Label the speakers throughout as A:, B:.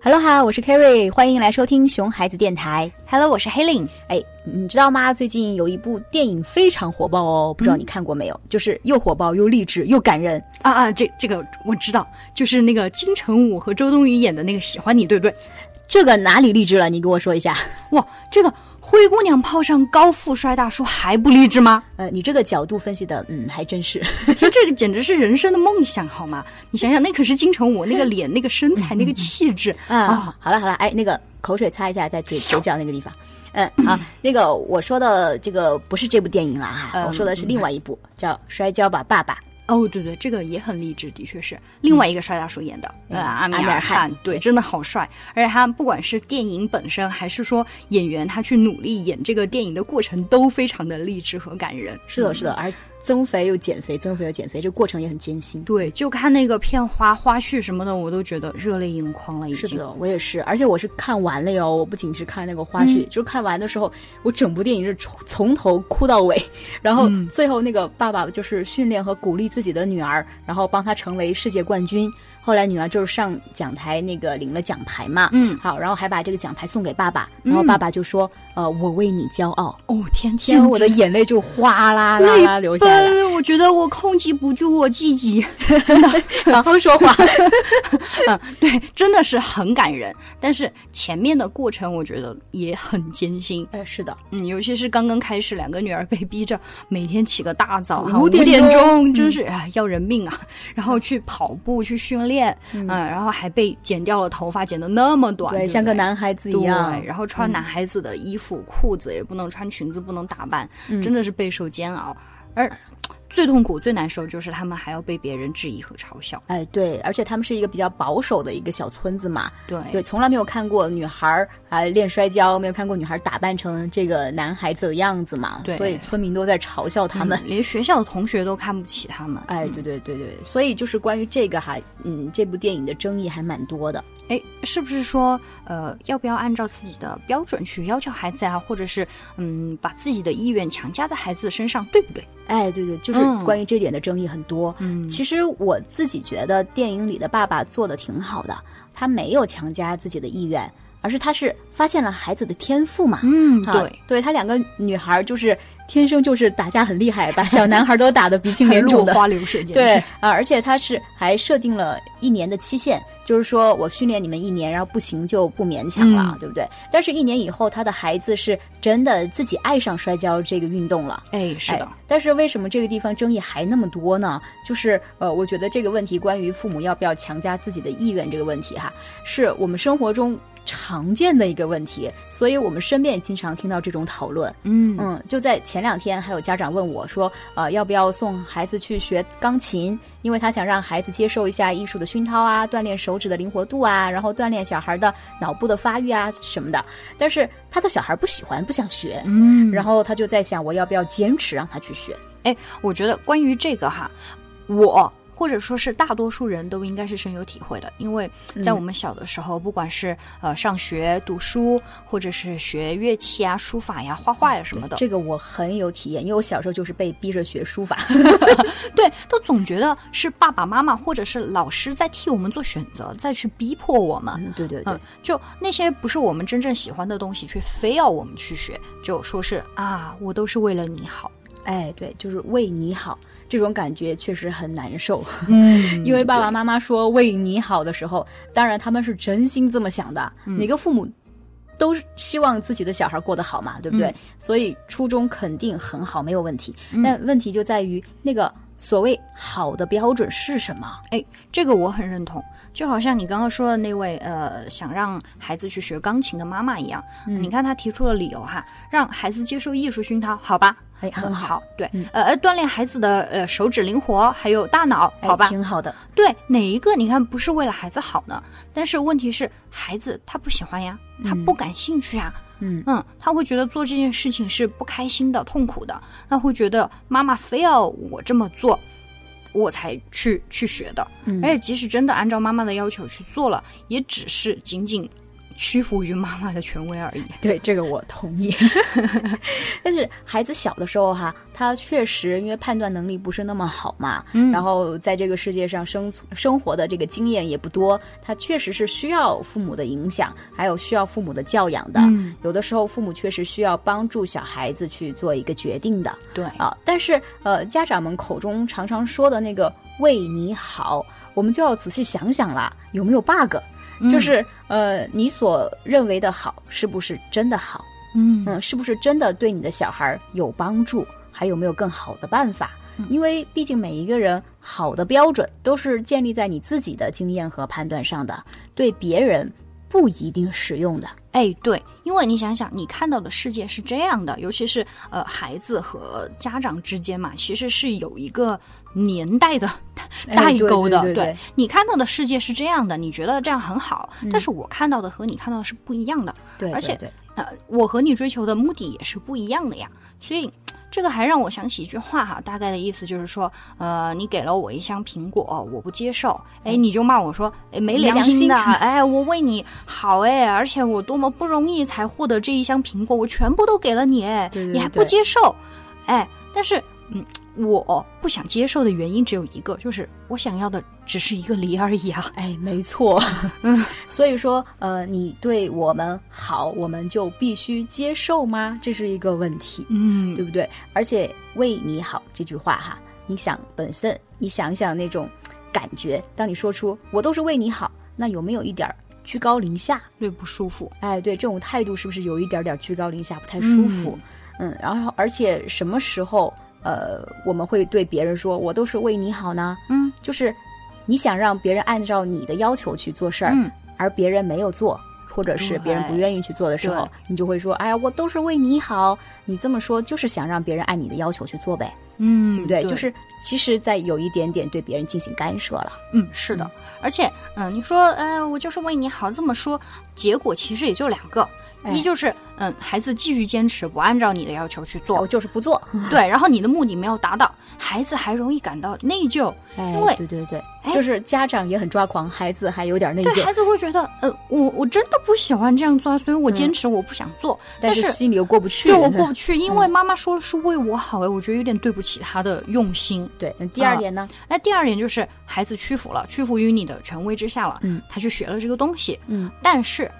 A: Hello 哈，我是 Kerry，欢迎来收听熊孩子电台。
B: Hello，我是黑令。
A: 哎，你知道吗？最近有一部电影非常火爆哦，不知道你看过没有？就是又火爆又励志又感人。
B: 啊啊，这这个我知道，就是那个金城武和周冬雨演的那个《喜欢你》，对不对？
A: 这个哪里励志了？你给我说一下。
B: 哇，这个灰姑娘泡上高富帅大叔还不励志吗？
A: 呃，你这个角度分析的，嗯，还真是。
B: 说这个简直是人生的梦想，好吗？你想想，那可是金城武那个脸、那个身材、那个气质
A: 啊，好了好了，哎，那个口水擦一下，在嘴嘴角那个地方。嗯，好，那个我说的这个不是这部电影了哈，
B: 嗯
A: 我说的是另外一部叫《摔跤吧，爸爸》。
B: 哦，对对，这个也很励志，的确是另外一个帅大叔演的，呃，阿米
A: 阿米尔
B: 尔
A: 汗
B: 汗，对，真的好帅。而且他不管是电影本身，还是说演员他去努力演这个电影的过程，都非常的励志和感人。
A: 是的，是的，而增肥又减肥，增肥又减肥，这过程也很艰辛。
B: 对，就看那个片花花絮什么的，我都觉得热泪盈眶了，已
A: 是
B: 经。
A: 的，我也是，而且我是看完了哟。我不仅是看那个花絮，
B: 嗯
A: 就是看完的时候，我整部电影是从从头哭到尾。 然后
B: 嗯
A: 最后那个爸爸就是训练和鼓励自己的女儿，然后帮她成为世界冠军。后来女儿就是上讲台那个领了奖牌嘛，
B: 嗯
A: 好，然后还把这个奖牌送给爸爸，然后爸爸就说：“呃，我为你骄傲。”
B: 哦天，
A: 天，我的
B: 简直
A: 眼泪就哗啦啦
B: 泪
A: 啦流下来。
B: 奔，我觉得我控制不住我自己。
A: 好好说话。
B: 嗯，对，真的是很感人。但是前面的过程，我觉得也很艰辛。
A: 哎，是的，
B: 嗯，尤其是刚刚开始，两个女儿被逼着每天起个大早，哈
A: 五
B: 五
A: 点
B: 点
A: 钟嗯
B: 钟，真是哎要人命啊！然后去跑步去训练，嗯，然后还被剪掉了头发，剪得那么短，对
A: 对，
B: 不
A: 像个
B: 对
A: 男孩子
B: 对，
A: 一样。嗯
B: 然后穿男孩子的衣服、裤子也不能穿，裙子不能打扮，
A: 嗯
B: 真的是备受煎熬。而最痛苦、最难受就是他们还要被别人质疑和嘲笑。
A: 哎，对，而且他们是一个比较保守的一个小村子嘛，
B: 对
A: 对，从来没有看过女孩儿啊练摔跤，没有看过女孩儿打扮成这个男孩子的样子嘛，
B: 对
A: 所以村民都在嘲笑他们。
B: 嗯连学校的同学都看不起他们。
A: 哎，对对对对，所以就是关于这个哈，嗯，这部电影的争议还蛮多的。
B: 哎，是不是说，呃，要不要按照自己的标准去要求孩子啊，或者是，嗯，把自己的意愿强加在孩子身上，对不对？
A: 哎，对对，就是
B: 嗯
A: 关于这点的争议很多。
B: 嗯
A: 其实我自己觉得电影里的爸爸做的挺好的，他没有强加自己的意愿，而是他是发现了孩子的天赋嘛。
B: 嗯，
A: 啊， 对，她两个女孩儿就是天生就是打架很厉害，把小男孩儿都打得鼻青
B: 很
A: 脸肿
B: 落
A: 的。
B: 花流水，简直
A: 对
B: 是
A: 啊，而且她是还设定了一年的期限，就是说我训练你们一年，然后不行就不勉强了，
B: 嗯
A: 对不对？但是，一年以后，她的孩子是真的自己爱上摔跤这个运动了。
B: 哎，是的，
A: 哎但是为什么这个地方争议还那么多呢？就是呃，我觉得这个问题关于父母要不要强加自己的意愿这个问题哈，是我们生活中常见的一个问题，所以我们身边也经常听到这种讨论。
B: 嗯
A: 嗯，就在前两天，还有家长问我说，呃，要不要送孩子去学钢琴？因为他想让孩子接受一下艺术的熏陶啊，锻炼手指的灵活度啊，然后锻炼小孩的脑部的发育啊什么的。但是他的小孩不喜欢，不想学。
B: 嗯，
A: 然后他就在想，我要不要坚持让他去学？
B: 哎，我觉得关于这个哈，我或者说是大多数人都应该是深有体会的，因为在
A: 嗯
B: 我们小的时候，不管是呃上学读书，或者是学乐器啊、书法呀、画画呀什么的，
A: 这个我很有体验，因为我小时候就是被逼着学书法。
B: 对，都总觉得是爸爸妈妈或者是老师在替我们做选择，再去逼迫我们。
A: 嗯，对对对
B: 嗯，，就那些不是我们真正喜欢的东西，却非要我们去学，就说是啊，我都是为了你好。
A: 哎，对，就是为你好这种感觉确实很难受。
B: 嗯
A: 因为爸爸妈妈说为你好的时候，当然他们是真心这么想的，哪个父母都是希望自己的小孩过得好嘛，对不对？
B: 嗯
A: 所以初衷肯定很好，没有问题。但问题就在于那个所谓好的标准是什么？
B: 哎，这个我很认同，就好像你刚刚说的那位呃，想让孩子去学钢琴的妈妈一样，
A: 嗯
B: 你看她提出了理由哈，让孩子接受艺术熏陶，好吧，
A: 哎，很
B: 很
A: 好，
B: 好，对
A: 嗯，
B: 呃，呃锻炼孩子的呃手指灵活，还有大脑，
A: 哎
B: 好吧，
A: 挺好的。
B: 对，哪一个你看不是为了孩子好呢？但是问题是，孩子他不喜欢呀，他不感兴趣啊，
A: 嗯
B: 嗯，他会觉得做这件事情是不开心的、痛苦的，他会觉得妈妈非要我这么做，我才去去学的。
A: 嗯
B: 而且即使真的按照妈妈的要求去做了，也只是仅仅屈服于妈妈的权威而已。
A: 对，这个我同意。 但是孩子小的时候哈，他确实因为判断能力不是那么好嘛，
B: 嗯
A: 然后在这个世界上生存生活的这个经验也不多，他确实是需要父母的影响，还有需要父母的教养的。
B: 嗯
A: 有的时候，父母确实需要帮助小孩子去做一个决定的
B: 对，
A: 啊。但是，呃，家长们口中常常说的那个“为你好”，我们就要仔细想想啦，有没有 bug？就
B: 嗯
A: 是呃，你所认为的好，是不是真的好？
B: 嗯
A: 嗯，是不是真的对你的小孩儿有帮助？还有没有更好的办法？因为毕竟每一个人好的标准都是建立在你自己的经验和判断上的，对别人不一定适用的。
B: 哎，对，因为你想想，你看到的世界是这样的，尤其是呃孩子和家长之间嘛，其实是有一个年代的代
A: 对
B: 沟
A: 对
B: 的。
A: 哎对对嗯
B: 你看到的世界是这样的，你觉得这样很好，但是我看到的和你看到的是不一样的，
A: 对，
B: 而且
A: 对
B: 呃，我和你追求的目的也是不一样的呀。所以这个还让我想起一句话哈，大概的意思就是说，呃，你给了我一箱苹果，我不接受，哎，你就骂我说，哎，没良心的，
A: 嗯没良
B: 哎，我为你好，哎，而且我多么不容易才获得这一箱苹果，我全部都给了你，哎，
A: 对对
B: 你还
A: 对
B: 不接受，哎，但是，嗯。我不想接受的原因只有一个，就是我想要的只是一个梨而已啊！
A: 哎，没 错。所以说，呃，你对我们好，我们就必须接受吗？这是一个问题。
B: 嗯
A: 对不对？而且“为你好”这句话哈，你想本身，你想想那种感觉，当你说出“我都是为你好”，那有没有一点儿居高临下？
B: 对，不舒服。
A: 哎，对，这种态度是不是有一点点居高临下，不太舒服？嗯然后而且什么时候呃，我们会对别人说“我都是为你好”呢？
B: 嗯
A: 就是你想让别人按照你的要求去做事儿，
B: 嗯，
A: 而别人没有做，或者是别人不愿意去做的时候
B: 对，
A: 你就会说：“哎呀，我都是为你好。”你这么说就是想让别人按你的要求去做呗，
B: 嗯，
A: 对不对？就是其实，在有一点点对别人进行干涉了。
B: 嗯，是的，而且，嗯、你说，哎，我就是为你好，这么说，结果其实也就两个，
A: 哎
B: 一就是，嗯，孩子继续坚持不按照你的要求去
A: 我
B: 做，
A: 就是不做，
B: 对，然后你的目的没有达到，孩子还容易感到内疚，
A: 哎
B: 因为
A: 对对对，
B: 哎
A: 就是家长也很抓狂，孩子还有点内
B: 对
A: 疚
B: 孩，子会觉得，呃，我我真的不喜欢这样做啊，所以我坚持我不想做，但
A: 嗯是心里又过不去。嗯
B: 对我过不去，因为妈妈说的是为我好，哎，我觉得有点对不起她的用心，
A: 对。那
B: 啊
A: 第二点呢？
B: 那第二点就是孩子屈服了，屈服于你的权威之下了，
A: 嗯，
B: 他去学了这个东西，
A: 嗯，哦
B: 但是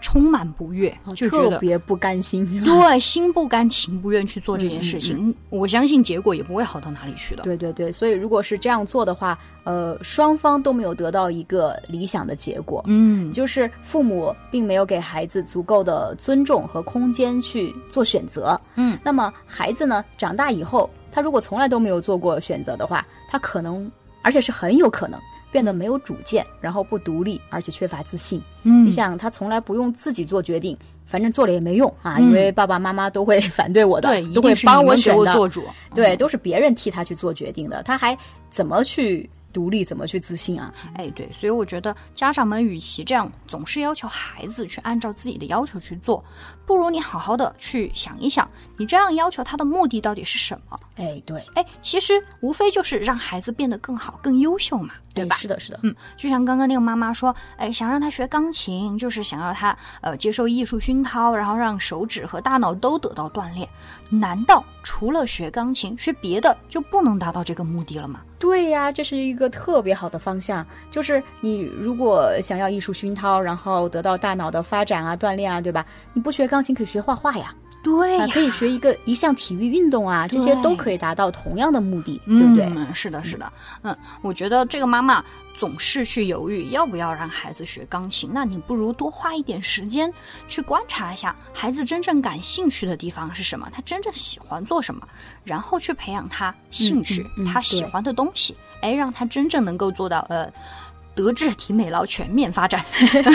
B: 充满不悦，就觉
A: 特
B: 得。
A: 别不甘心， 是吧
B: 对，心不甘情不愿去做这件事情，我相信结果也不会好到哪里去的。
A: 嗯对对对，所以如果是这样做的话，呃，双方都没有得到一个理想的结果。
B: 嗯，
A: 就是父母并没有给孩子足够的尊重和空间去做选择。
B: 嗯，
A: 那么孩子呢，长大以后，他如果从来都没有做过选择的话，他可能，而且是很有可能变得没有主见，然后不独立，而且缺乏自信。
B: 嗯
A: 你想，他从来不用自己做决定，反正做了也没用啊，
B: 嗯
A: 因为爸爸妈妈都会 反对我的，
B: 对，一
A: 都会
B: 定是
A: 帮
B: 你
A: 我
B: 们给
A: 选
B: 我
A: 的。
B: 做主。
A: 对，
B: 嗯
A: 都是别人替他去做决定的，他还怎么去独立，怎么去自信啊？
B: 哎，对，所以我觉得家长们与其这样总是要求孩子去按照自己的要求去做，不如你好好的去想一想，你这样要求他的目的到底是什么？
A: 哎，对，
B: 哎，其实无非就是让孩子变得更好、更优秀嘛，对
A: 哎
B: 吧？
A: 是的，是的，
B: 嗯，就像刚刚那个妈妈说，哎，想让他学钢琴，就是想要他呃接受艺术熏陶，然后让手指和大脑都得到锻炼。难道除了学钢琴，学别的就不能达到这个目的了吗？
A: 对呀，这是一个特别好的方向。就是你如果想要艺术熏陶，然后得到大脑的发展啊、锻炼啊，对吧？你不学钢琴可以学画画呀，
B: 对
A: 啊，可以学一个一项体育运动啊，这些
B: 对
A: 都可以达到同样的目的，对
B: 嗯，
A: 不对？
B: 是的，是的，嗯，我觉得这个妈妈总是去犹豫要不要让孩子学钢琴，那你不如多花一点时间去观察一下孩子真正感兴趣的地方是什么，他真正喜欢做什么，然后去培养他兴趣，
A: 嗯嗯嗯
B: 他喜欢的东西，哎，让他真正能够做到呃德智体美劳全面发展。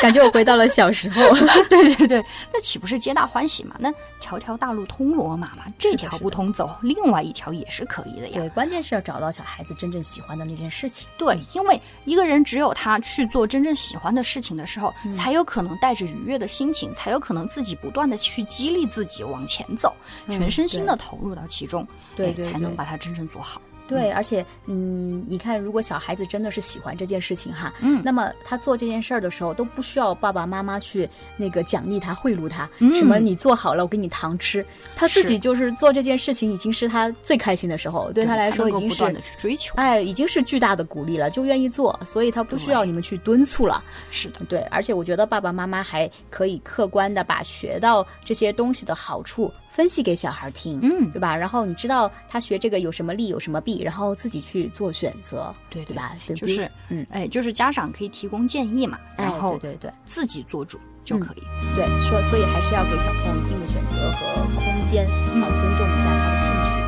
A: 感觉我回到了小时候。
B: 对对对，那岂不是皆大欢喜嘛？那条条大路通罗马嘛，这
A: 是的
B: 条
A: 是
B: 不
A: 的
B: 通走，另外一条也是可以的 呀。
A: 对，关键是要找到小孩子真正喜欢的那件事情。
B: 对，因为一个人只有他去做真正喜欢的事情的时候，
A: 嗯
B: 才有可能带着愉悦的心情，才有可能自己不断的去激励自己往前走，全身心的投入到其中，
A: 嗯对
B: 哎
A: 对
B: 才能
A: 对
B: 把它真正做好。
A: 对，而且，嗯，你看，如果小孩子真的是喜欢这件事情哈，
B: 嗯
A: 那么他做这件事儿的时候都不需要爸爸妈妈去那个奖励他、贿赂他，
B: 嗯
A: 什么你做好了我给你糖吃，他自
B: 是
A: 己就是做这件事情已经是他最开心的时候，对他来说
B: 能
A: 已
B: 够
A: 经
B: 不
A: 是
B: 断的去追求，
A: 哎，已经是巨大的鼓励了，就愿意做，所以他不需要
B: 对
A: 你们去敦促了。
B: 是的，
A: 对，而且我觉得爸爸妈妈还可以客观的把学到这些东西的好处分析给小孩听，
B: 嗯
A: 对吧？然后你知道他学这个有什么利，有什么弊，然后自己去做选择，
B: 对
A: 对吧？对
B: 就
A: 不
B: 是
A: 嗯，
B: 哎，就是家长可以提供建议嘛，
A: 哎
B: 然后
A: 对对
B: 自己做主就可以。
A: 对对，说所以还是要给小朋友一定的选择和空间，
B: 嗯
A: 啊，尊重一下他的兴趣。